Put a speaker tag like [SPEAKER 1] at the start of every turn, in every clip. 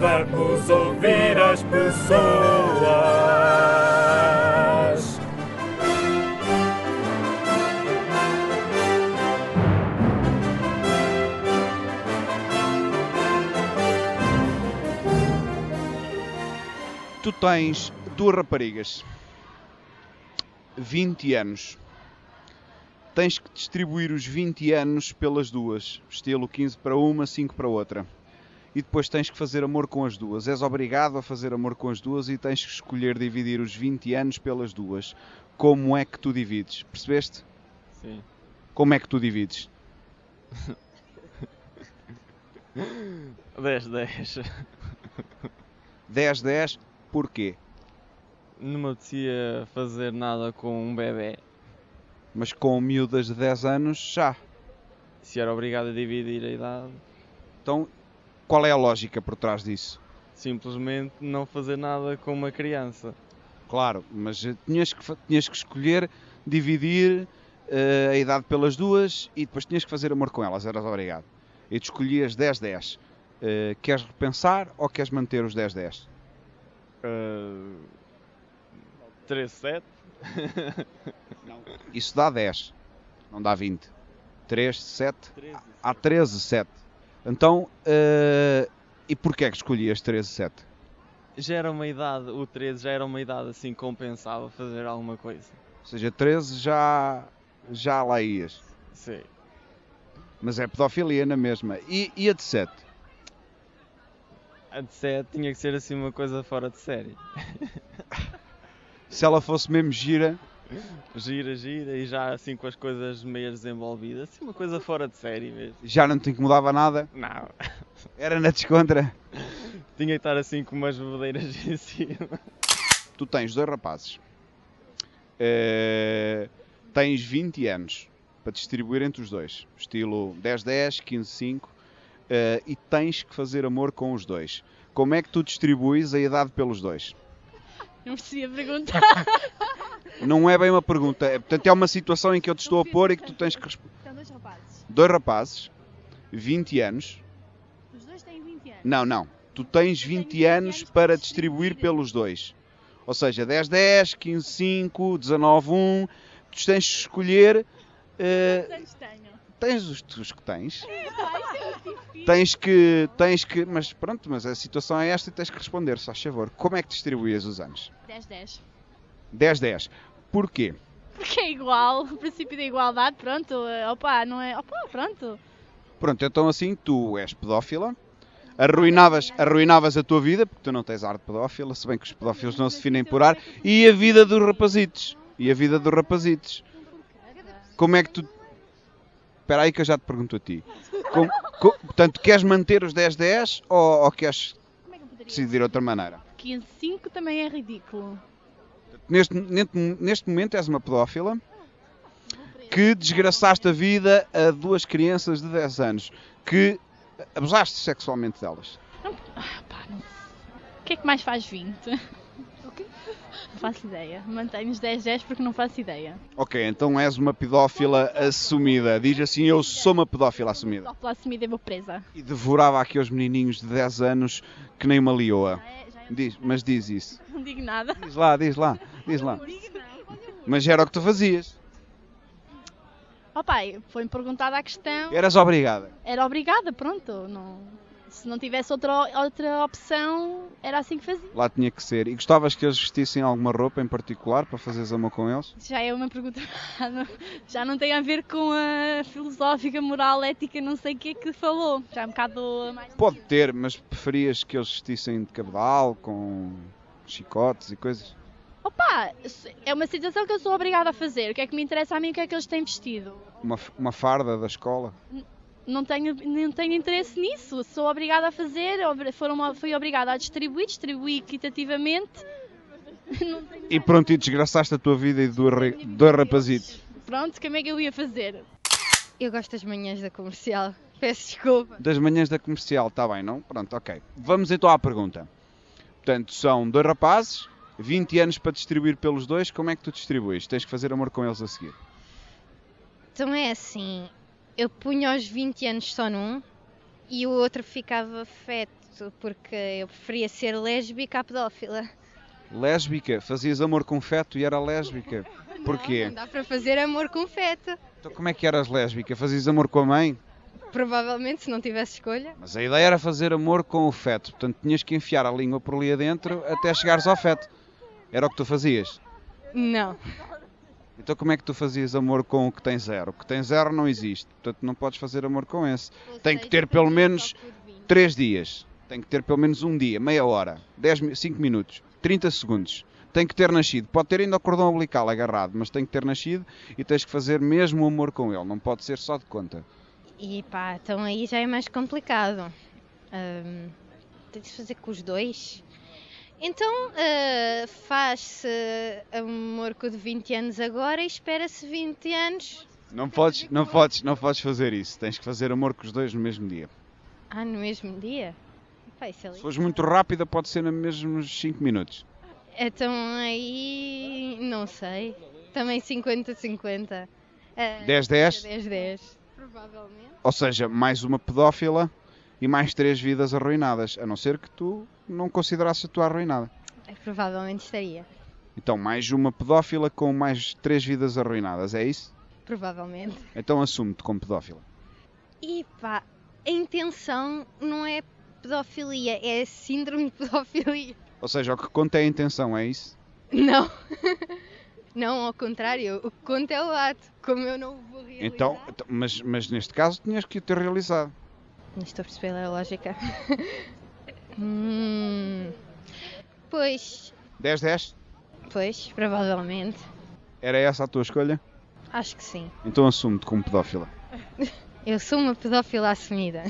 [SPEAKER 1] Vamos ouvir as pessoas.
[SPEAKER 2] Tu tens duas raparigas, 20 anos. Tens que distribuir os 20 anos pelas duas, estilo 15 para uma, 5 para outra e depois tens que fazer amor com as duas. És obrigado a fazer amor com as duas e tens que escolher dividir os 20 anos pelas duas. Como é que tu divides? Percebeste?
[SPEAKER 3] Sim.
[SPEAKER 2] Como é que tu divides?
[SPEAKER 3] 10, 10.
[SPEAKER 2] 10, 10, porquê?
[SPEAKER 3] Não me apetecia fazer nada com um bebê.
[SPEAKER 2] Mas com miúdas de 10 anos, já.
[SPEAKER 3] Se era obrigado a dividir a idade,
[SPEAKER 2] Então, qual é a lógica por trás disso?
[SPEAKER 3] simplesmente não fazer nada com uma criança.
[SPEAKER 2] Claro, mas eh, tinhas que, fa- tinhas que escolher dividir eh, a idade pelas duas e depois tinhas que fazer amor com elas, eras obrigado. E tu escolhias 10-10. Eh, queres repensar ou queres manter os 10-10?
[SPEAKER 3] Uh... 3, 7?
[SPEAKER 2] Isso dá 10, não dá 20. 3, 7,
[SPEAKER 3] 13.
[SPEAKER 2] há 13, 7. Então, eh, e porquê é que escolhias 13, 7?
[SPEAKER 3] Já era uma idade, o 13 já era uma idade assim compensava fazer alguma coisa.
[SPEAKER 2] Ou seja, 13 já, já lá ias.
[SPEAKER 3] Sim.
[SPEAKER 2] Mas é pedofilia na mesma. E, e a de 7?
[SPEAKER 3] A de 7 tinha que ser assim uma coisa fora de série.
[SPEAKER 2] Se ela fosse mesmo gira,
[SPEAKER 3] Gira, gira e já assim com as coisas meio desenvolvidas. Assim uma coisa fora de série mesmo.
[SPEAKER 2] já não te incomodava nada?
[SPEAKER 3] Não.
[SPEAKER 2] Era na descontra?
[SPEAKER 3] Tinha que estar assim com umas bebedeiras em cima.
[SPEAKER 2] Tu tens dois rapazes. Eh, tens 20 anos para distribuir entre os dois. Estilo 10-10, 15-5. eh, e tens que fazer amor com os dois. Como é que tu distribuis a idade pelos dois?
[SPEAKER 4] Não percebi a
[SPEAKER 2] Tá.
[SPEAKER 4] pergunta.
[SPEAKER 2] Não é bem uma pergunta. É, portanto, é uma situação em que eu te estou a pôr e que tu tens que... resp-
[SPEAKER 4] São dois rapazes.
[SPEAKER 2] Dois rapazes, 20 anos.
[SPEAKER 4] Os dois têm 20 anos.
[SPEAKER 2] Não, não. Tu tens 20 anos para distribuir pelos dois. Ou seja, 10, 10, 15, 5, 19, 1. Tu tens de escolher. eh,
[SPEAKER 4] Quantos tenho?
[SPEAKER 2] tens os teus que tens.
[SPEAKER 4] Sim.
[SPEAKER 2] Tens que. Tens que. Mas pronto, mas a situação é esta e tens que responder, se faz favor. Como é que distribuías os anos?
[SPEAKER 4] 10, 10.
[SPEAKER 2] 10, 10. Porquê?
[SPEAKER 4] Porque é igual, o princípio da igualdade, pronto. Opa, não é. Opa, pronto.
[SPEAKER 2] Pronto, então assim, tu és pedófila. Arruinavas, arruinavas a tua vida, porque tu não tens ar de pedófila, se bem que os pedófilos não se definem por ar, e a vida dos rapazitos. E a vida dos rapazitos. Como é que tu. Espera aí que eu já te pergunto a ti. Com, co- portanto, queres manter os 10-10 ou, ou queres
[SPEAKER 4] Como é que eu poderia?
[SPEAKER 2] decidir de outra maneira?
[SPEAKER 4] 15, 5 também é ridículo.
[SPEAKER 2] Neste, neste, neste momento és uma pedófila que desgraçaste a vida a duas crianças de 10 anos que abusaste sexualmente delas.
[SPEAKER 4] Pá, não sei. O que é que mais faz 20? Não faço ideia. Mantenho os 10, 10 porque não faço ideia.
[SPEAKER 2] Ok, então és uma pedófila assumida. Diz assim: Eu sou uma pedófila assumida.
[SPEAKER 4] Só pela assumida eu vou presa.
[SPEAKER 2] E devorava aqui os menininhos de 10 anos que nem uma leoa.
[SPEAKER 4] é, um
[SPEAKER 2] Diz, mas diz isso.
[SPEAKER 4] Não digo nada.
[SPEAKER 2] Diz lá, diz lá, diz lá. Mas era o que tu fazias.
[SPEAKER 4] Ó pai, foi-me perguntada a questão.
[SPEAKER 2] Eras obrigada.
[SPEAKER 4] Era obrigada, pronto. Não... Se não tivesse outra, outra opção, era assim que fazia.
[SPEAKER 2] Lá tinha que ser. E gostavas que eles vestissem alguma roupa em particular para fazeres amor com eles?
[SPEAKER 4] Já é uma pergunta. não- Já não tem a ver com a filosófica, moral, ética, não sei o que é que falou. Já é um bocado mais.
[SPEAKER 2] Pode ter, mas preferias que eles vestissem de cabedal, com chicotes e coisas?
[SPEAKER 4] Opa, é uma situação que eu sou obrigada a fazer. O que é que me interessa a mim? O que é que eles têm vestido?
[SPEAKER 2] Uma, f- uma farda da escola?
[SPEAKER 4] não tenho, não tenho interesse nisso. Sou obrigada a fazer, obri- foram, fui obrigada a distribuir, distribuí equitativamente.
[SPEAKER 2] E pronto, e desgraçaste a tua vida e dois, ra- dois rapazitos.
[SPEAKER 4] Pronto, como é que eu ia fazer?
[SPEAKER 5] Eu gosto das manhãs da comercial. Peço desculpa.
[SPEAKER 2] Das manhãs da comercial, está bem, não? Pronto, ok. Vamos então à pergunta. Portanto, são dois rapazes, 20 anos para distribuir pelos dois. Como é que tu distribuis? Tens que fazer amor com eles a seguir.
[SPEAKER 5] Então é assim, eu punha os 20 anos só num e o outro ficava feto, porque eu preferia ser lésbica à pedófila.
[SPEAKER 2] Lésbica, fazias amor com feto e era lésbica. Porquê?
[SPEAKER 5] Não, não dá para fazer amor com feto.
[SPEAKER 2] Então como é que eras lésbica? Fazias amor com a mãe?
[SPEAKER 5] Provavelmente, se não tivesse escolha.
[SPEAKER 2] Mas a ideia era fazer amor com o feto, portanto tinhas que enfiar a língua por ali adentro até chegares ao feto. Era o que tu fazias.
[SPEAKER 5] Não.
[SPEAKER 2] Então como é que tu fazias amor com o que tem zero? O que tem zero não existe, portanto não podes fazer amor com esse. Tem que
[SPEAKER 5] é
[SPEAKER 2] ter pelo menos 3 dias. Tem que ter pelo menos um dia, meia hora, 10, 5 minutos, 30 segundos. Tem que ter nascido. Pode ter ainda o cordão umbilical agarrado, mas tem que ter nascido e tens que fazer mesmo amor com ele. Não pode ser só de conta.
[SPEAKER 5] E pá, então aí já é mais complicado. Ahm, tens de fazer com os dois. Então ah, faz-se amor com o de 20 anos agora e espera-se 20 anos.
[SPEAKER 2] Não podes, não podes, não podes fazer isso. Tens que fazer amor com os dois no mesmo dia.
[SPEAKER 5] Ah, no mesmo dia? Pá, isso é
[SPEAKER 2] Se
[SPEAKER 5] lindo.
[SPEAKER 2] fores muito rápida, pode ser nos mesmos 5 minutos.
[SPEAKER 5] Então aí. não sei. Também Ah, 50-50.
[SPEAKER 2] 10-10?
[SPEAKER 5] 10-10. Provavelmente.
[SPEAKER 2] Ou seja, mais uma pedófila e mais três vidas arruinadas. A não ser que tu não considerasses a tua arruinada.
[SPEAKER 5] É, provavelmente estaria.
[SPEAKER 2] Então, mais uma pedófila com mais três vidas arruinadas, é isso?
[SPEAKER 5] Provavelmente.
[SPEAKER 2] Então assume-te como pedófila.
[SPEAKER 5] E pá, a intenção não é pedofilia, é síndrome de pedofilia.
[SPEAKER 2] Ou seja, o que conta é a intenção, é isso?
[SPEAKER 5] Não. Não, ao contrário, o que conta é o ato. Como eu não o vou realizar.
[SPEAKER 2] Então, então- mas, mas neste caso tinhas que o ter realizado.
[SPEAKER 5] Não estou a perceber a lógica. Hum. Pois,
[SPEAKER 2] 10-10?
[SPEAKER 5] pois, provavelmente.
[SPEAKER 2] Era essa a tua escolha?
[SPEAKER 5] Acho que sim.
[SPEAKER 2] Então assume-te como pedófila.
[SPEAKER 5] Eu sou uma pedófila assumida.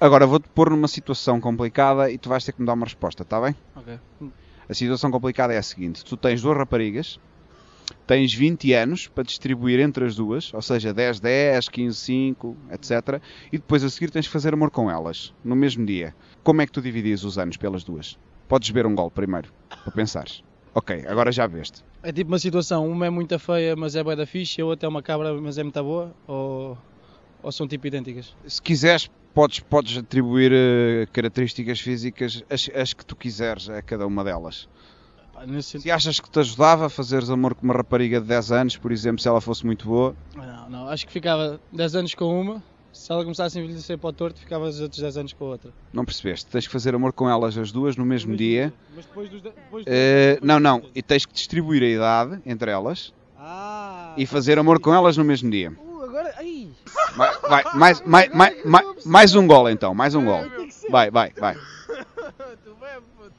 [SPEAKER 2] Agora vou-te pôr numa situação complicada e tu vais ter que me dar uma resposta, está bem?
[SPEAKER 3] Ok.
[SPEAKER 2] A situação complicada é a seguinte: tu tens duas raparigas, tens 20 anos para distribuir entre as duas, ou seja, 10, 10, 15, 5, etc. E depois a seguir tens que fazer amor com elas, no mesmo dia. Como é que tu dividias os anos pelas duas? Podes beber um gol primeiro, para pensares. Ok, agora já veste.
[SPEAKER 6] É tipo uma situação, uma é muito feia, mas é bué da fixe, e a outra é uma cabra, mas é muito boa, ou, ou são tipo idênticas?
[SPEAKER 2] Se quiseres, podes, podes atribuir eh, características físicas as, as que tu quiseres a cada uma delas.
[SPEAKER 6] Pá, nesse
[SPEAKER 2] Se
[SPEAKER 6] sentido,
[SPEAKER 2] achas que te ajudava a fazeres amor com uma rapariga de 10 anos, por exemplo, se ela fosse muito boa,
[SPEAKER 6] não, não, acho que ficava 10 anos com uma, se ela começasse a envelhecer para o torto, ficava os outros 10 anos com a outra.
[SPEAKER 2] Não percebeste? Tens que fazer amor com elas as duas no mesmo dia.
[SPEAKER 6] Mas depois dos... de- Depois dos-
[SPEAKER 2] Eh, não, não. E tens que distribuir a idade entre elas
[SPEAKER 6] Ah!
[SPEAKER 2] e fazer amor com elas no mesmo dia.
[SPEAKER 6] Uh, agora, ai!
[SPEAKER 2] Vai, vai, mais, mais, mais, mais, mais um gol então, mais um gol. Vai, vai, vai.
[SPEAKER 6] Tu vai, puto.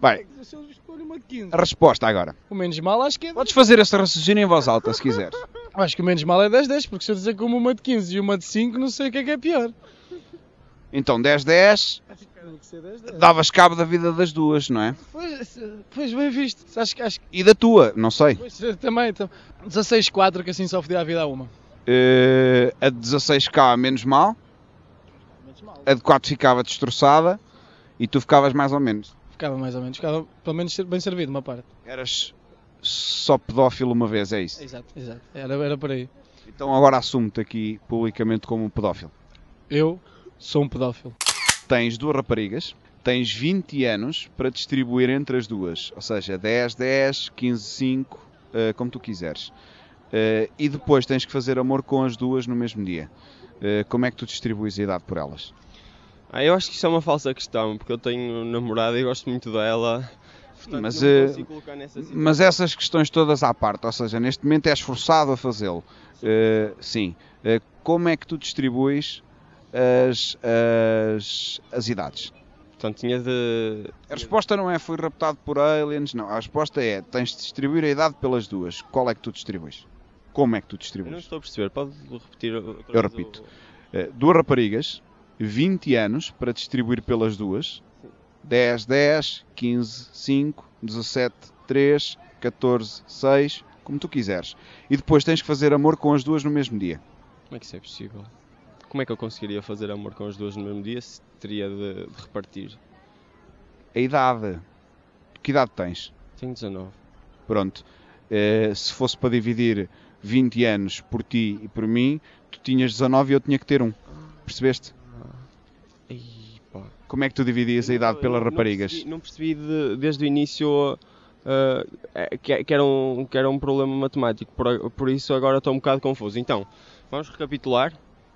[SPEAKER 2] Vai.
[SPEAKER 6] Se eu escolho uma de 15.
[SPEAKER 2] A resposta agora.
[SPEAKER 6] O menos mal acho que é...
[SPEAKER 2] Podes fazer esse raciocínio em voz alta se quiseres.
[SPEAKER 6] Acho que o menos mal é 10, 10, porque se eu dizer como uma de 15 e uma de 5, não sei o que é que é pior.
[SPEAKER 2] Então 10-10,
[SPEAKER 6] Acho que tem que ser 10, 10.
[SPEAKER 2] davas cabo da vida das duas, não é?
[SPEAKER 6] Pois, pois bem visto. Acho que... Acho que
[SPEAKER 2] E da tua, não sei.
[SPEAKER 6] Pois, eh, também, então, 16-4, que assim só fodia a vida a uma.
[SPEAKER 2] Eh, a de 16k é menos mal, a de 4 ficava destroçada e tu ficavas mais ou menos.
[SPEAKER 6] Ficava mais ou menos, ficava pelo menos ser- bem servido uma parte.
[SPEAKER 2] Eras só pedófilo uma vez, é isso?
[SPEAKER 6] Exato, exato. Era, era por aí.
[SPEAKER 2] Então agora assumo-te aqui publicamente como um pedófilo.
[SPEAKER 6] Eu sou um pedófilo.
[SPEAKER 2] Tens duas raparigas, tens 20 anos para distribuir entre as duas, ou seja, 10, 10, 15, 5, eh, como tu quiseres. Eh, e depois tens que fazer amor com as duas no mesmo dia. Eh, como é que tu distribuis a idade por elas?
[SPEAKER 3] Ah, eu acho que isto é uma falsa questão, porque eu tenho namorada e gosto muito dela. Portanto,
[SPEAKER 2] Mas,
[SPEAKER 3] não me
[SPEAKER 2] eh,
[SPEAKER 3] consigo colocar nessa situação.
[SPEAKER 2] Mas essas questões todas à parte, ou seja, neste momento és forçado a fazê-lo. Eh, sim. Eh, como é que tu distribuis as, as, as idades?
[SPEAKER 3] Portanto, tinha de.
[SPEAKER 2] A resposta não é fui raptado por aliens, não. A resposta é tens de distribuir a idade pelas duas. Qual é que tu distribuis? Como é que tu
[SPEAKER 3] Eu não
[SPEAKER 2] distribuis?
[SPEAKER 3] estou a perceber, pode repetir outra
[SPEAKER 2] Eu
[SPEAKER 3] vez o-
[SPEAKER 2] repito. Eh, duas raparigas, 20 anos para distribuir pelas duas. 10, 10, 15, 5, 17, 3, 14, 6, como tu quiseres. E depois tens que fazer amor com as duas no mesmo dia.
[SPEAKER 3] Como é que isso é possível? Como é que eu conseguiria fazer amor com as duas no mesmo dia se teria de, de repartir?
[SPEAKER 2] A idade. Que idade tens?
[SPEAKER 3] Tenho 19.
[SPEAKER 2] Pronto. Eh, se fosse para dividir 20 anos por ti e por mim, tu tinhas 19 e eu tinha que ter um. Percebeste?
[SPEAKER 7] Ai, pá.
[SPEAKER 2] Como é que tu dividias a idade
[SPEAKER 7] Não,
[SPEAKER 2] pelas
[SPEAKER 7] não
[SPEAKER 2] raparigas?
[SPEAKER 7] percebi- Não percebi, de- desde o início ah, eh, que, que era um, que era um problema matemático, por, a- por isso agora estou um bocado confuso. Então, vamos recapitular.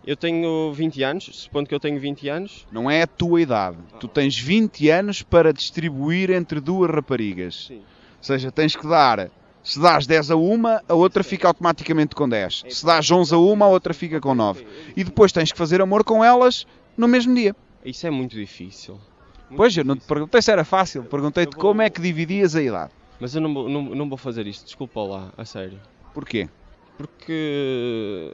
[SPEAKER 7] Eu tenho 20 anos, supondo que eu tenho 20 anos.
[SPEAKER 2] Não é a tua idade. Tu tens 20 anos para distribuir entre duas raparigas.
[SPEAKER 7] Sim.
[SPEAKER 2] Ou seja, tens que dar. Se dás 10 a uma, a outra fica automaticamente com 10.
[SPEAKER 7] É
[SPEAKER 2] Se dás 11 a uma, a outra fica com 9. E depois tens que fazer amor com elas no mesmo dia.
[SPEAKER 7] Isso é muito difícil. Muito
[SPEAKER 2] Pois, eu não te
[SPEAKER 7] difícil.
[SPEAKER 2] perguntei se era fácil. Perguntei-te
[SPEAKER 7] Eu vou-
[SPEAKER 2] como é que dividias a idade.
[SPEAKER 7] Mas eu não, vou- não, não vou fazer isto, desculpa lá, a sério.
[SPEAKER 2] Porquê?
[SPEAKER 7] Porque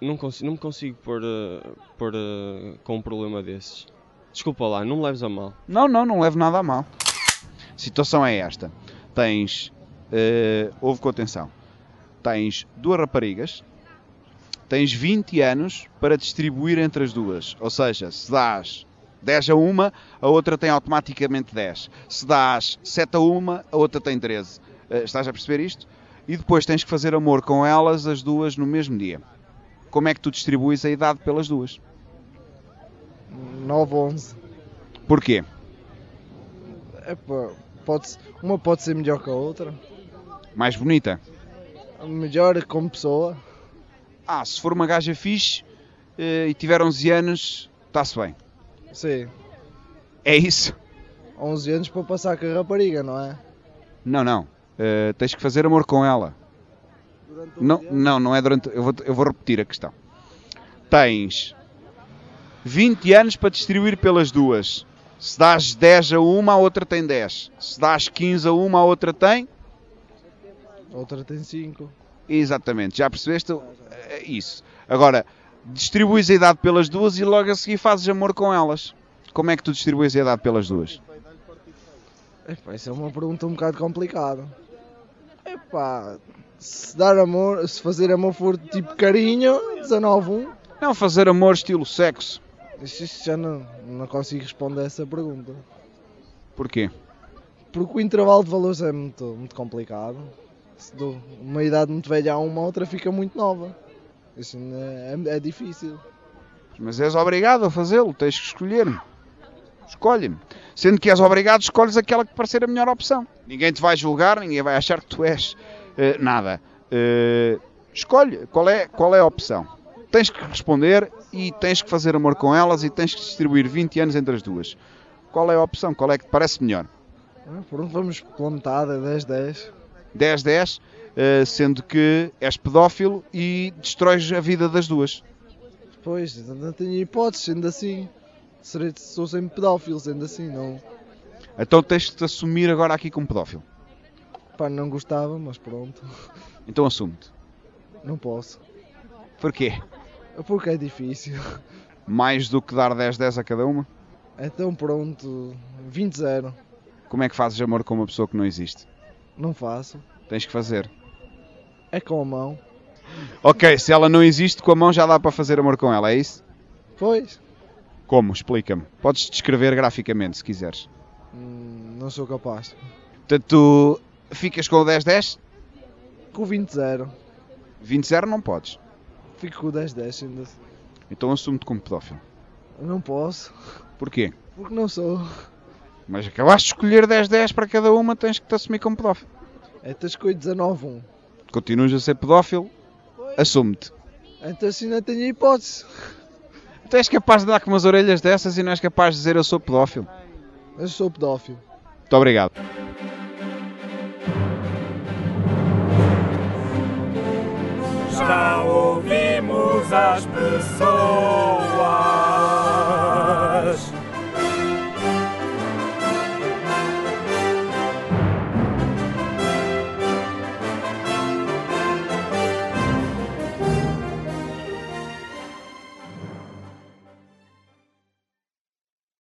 [SPEAKER 7] não, consi- não me consigo pôr, ah, pôr ah, com um problema desses. Desculpa lá, não me leves a mal.
[SPEAKER 2] Não, não, não levo nada a mal. A situação é esta: tens. eh, houve contenção. Tens duas raparigas, tens 20 anos para distribuir entre as duas. Ou seja, se dás 10 a uma, a outra tem automaticamente 10. Se dás 7 a uma, a outra tem 13. Eh, estás a perceber isto? E depois tens que fazer amor com elas, as duas, no mesmo dia. Como é que tu distribuis a idade pelas duas?
[SPEAKER 8] 9 11.
[SPEAKER 2] Porquê?
[SPEAKER 8] Epá, pode uma pode ser melhor que a outra.
[SPEAKER 2] Mais bonita?
[SPEAKER 8] Melhor como pessoa.
[SPEAKER 2] Ah, se for uma gaja fixe eh, e tiver 11 anos, está-se bem.
[SPEAKER 8] Sim,
[SPEAKER 2] É isso?
[SPEAKER 8] 11 anos para passar com a rapariga, não é?
[SPEAKER 2] Não, não. Eh, tens que fazer amor com ela.
[SPEAKER 8] Durante
[SPEAKER 2] Não, não, não é durante. Eu vou, eu vou repetir a questão. Tens 20 anos para distribuir pelas duas. Se dás 10 a uma, a outra tem 10. Se dás 15 a uma, a outra tem.
[SPEAKER 8] Outra tem 5.
[SPEAKER 2] Exatamente, já percebeste? É isso. Agora, distribuis a idade pelas duas e logo a seguir fazes amor com elas. Como é que tu distribuis a idade pelas duas?
[SPEAKER 8] Epá, isso é uma pergunta um bocado complicada. Epá, se dar amor, se fazer amor for tipo carinho, 19 1.
[SPEAKER 2] Não fazer amor estilo sexo.
[SPEAKER 8] Isso, isso já não, não consigo responder essa pergunta.
[SPEAKER 2] Porquê?
[SPEAKER 8] Porque o intervalo de valores é muito, muito complicado. Se dou uma idade muito velha a uma, a outra fica muito nova. Isso ainda é, é difícil.
[SPEAKER 2] Mas és obrigado a fazê-lo, tens que escolher-me. Escolhe-me. Sendo que és obrigado, escolhes aquela que parecer a melhor opção. Ninguém te vai julgar, ninguém vai achar que tu és eh, nada. Eh, escolhe qual é, qual é a opção. Tens que responder e tens que fazer amor com elas e tens que distribuir 20 anos entre as duas. Qual é a opção? Qual é que te parece melhor?
[SPEAKER 8] Ah, Pronto, vamos pela metade, é 10-10.
[SPEAKER 2] 10-10, eh, sendo que és pedófilo e destróis a vida das duas.
[SPEAKER 8] Pois, ainda não tenho hipóteses, ainda assim. Serei, sou sempre pedófilo, ainda assim. Não,
[SPEAKER 2] Então tens de te assumir agora aqui como pedófilo.
[SPEAKER 8] pá, não gostava, mas pronto,
[SPEAKER 2] Então assume-te.
[SPEAKER 8] não posso.
[SPEAKER 2] Porquê?
[SPEAKER 8] Porque é difícil.
[SPEAKER 2] Mais do que dar 10-10 a cada uma?
[SPEAKER 8] Então pronto, 20-0.
[SPEAKER 2] Como é que fazes amor com uma pessoa que não existe?
[SPEAKER 8] Não faço.
[SPEAKER 2] Tens que fazer.
[SPEAKER 8] É com a mão.
[SPEAKER 2] Ok, se ela não existe, com a mão já dá para fazer amor com ela, é isso?
[SPEAKER 8] Pois,
[SPEAKER 2] Como? Explica-me. Podes descrever graficamente, se quiseres.
[SPEAKER 8] hum, não sou capaz.
[SPEAKER 2] Portanto, tu ficas com o 10-10?
[SPEAKER 8] Com 20-0.
[SPEAKER 2] 20-0 não podes.
[SPEAKER 8] Fico com o 10-10 ainda. assim.
[SPEAKER 2] Então assume-te como pedófilo.
[SPEAKER 8] Não posso.
[SPEAKER 2] Porquê?
[SPEAKER 8] Porque não sou.
[SPEAKER 2] Mas acabaste de escolher 10-10 para cada uma, tens que te assumir como pedófilo.
[SPEAKER 8] Então escolho 19-1.
[SPEAKER 2] Continuas a ser pedófilo, assume-te.
[SPEAKER 8] Então assim não tenho hipótese.
[SPEAKER 2] Tu és capaz de dar com umas orelhas dessas e não és capaz de dizer eu sou pedófilo.
[SPEAKER 8] Eu sou pedófilo.
[SPEAKER 2] Muito obrigado.
[SPEAKER 1] Já ouvimos as pessoas.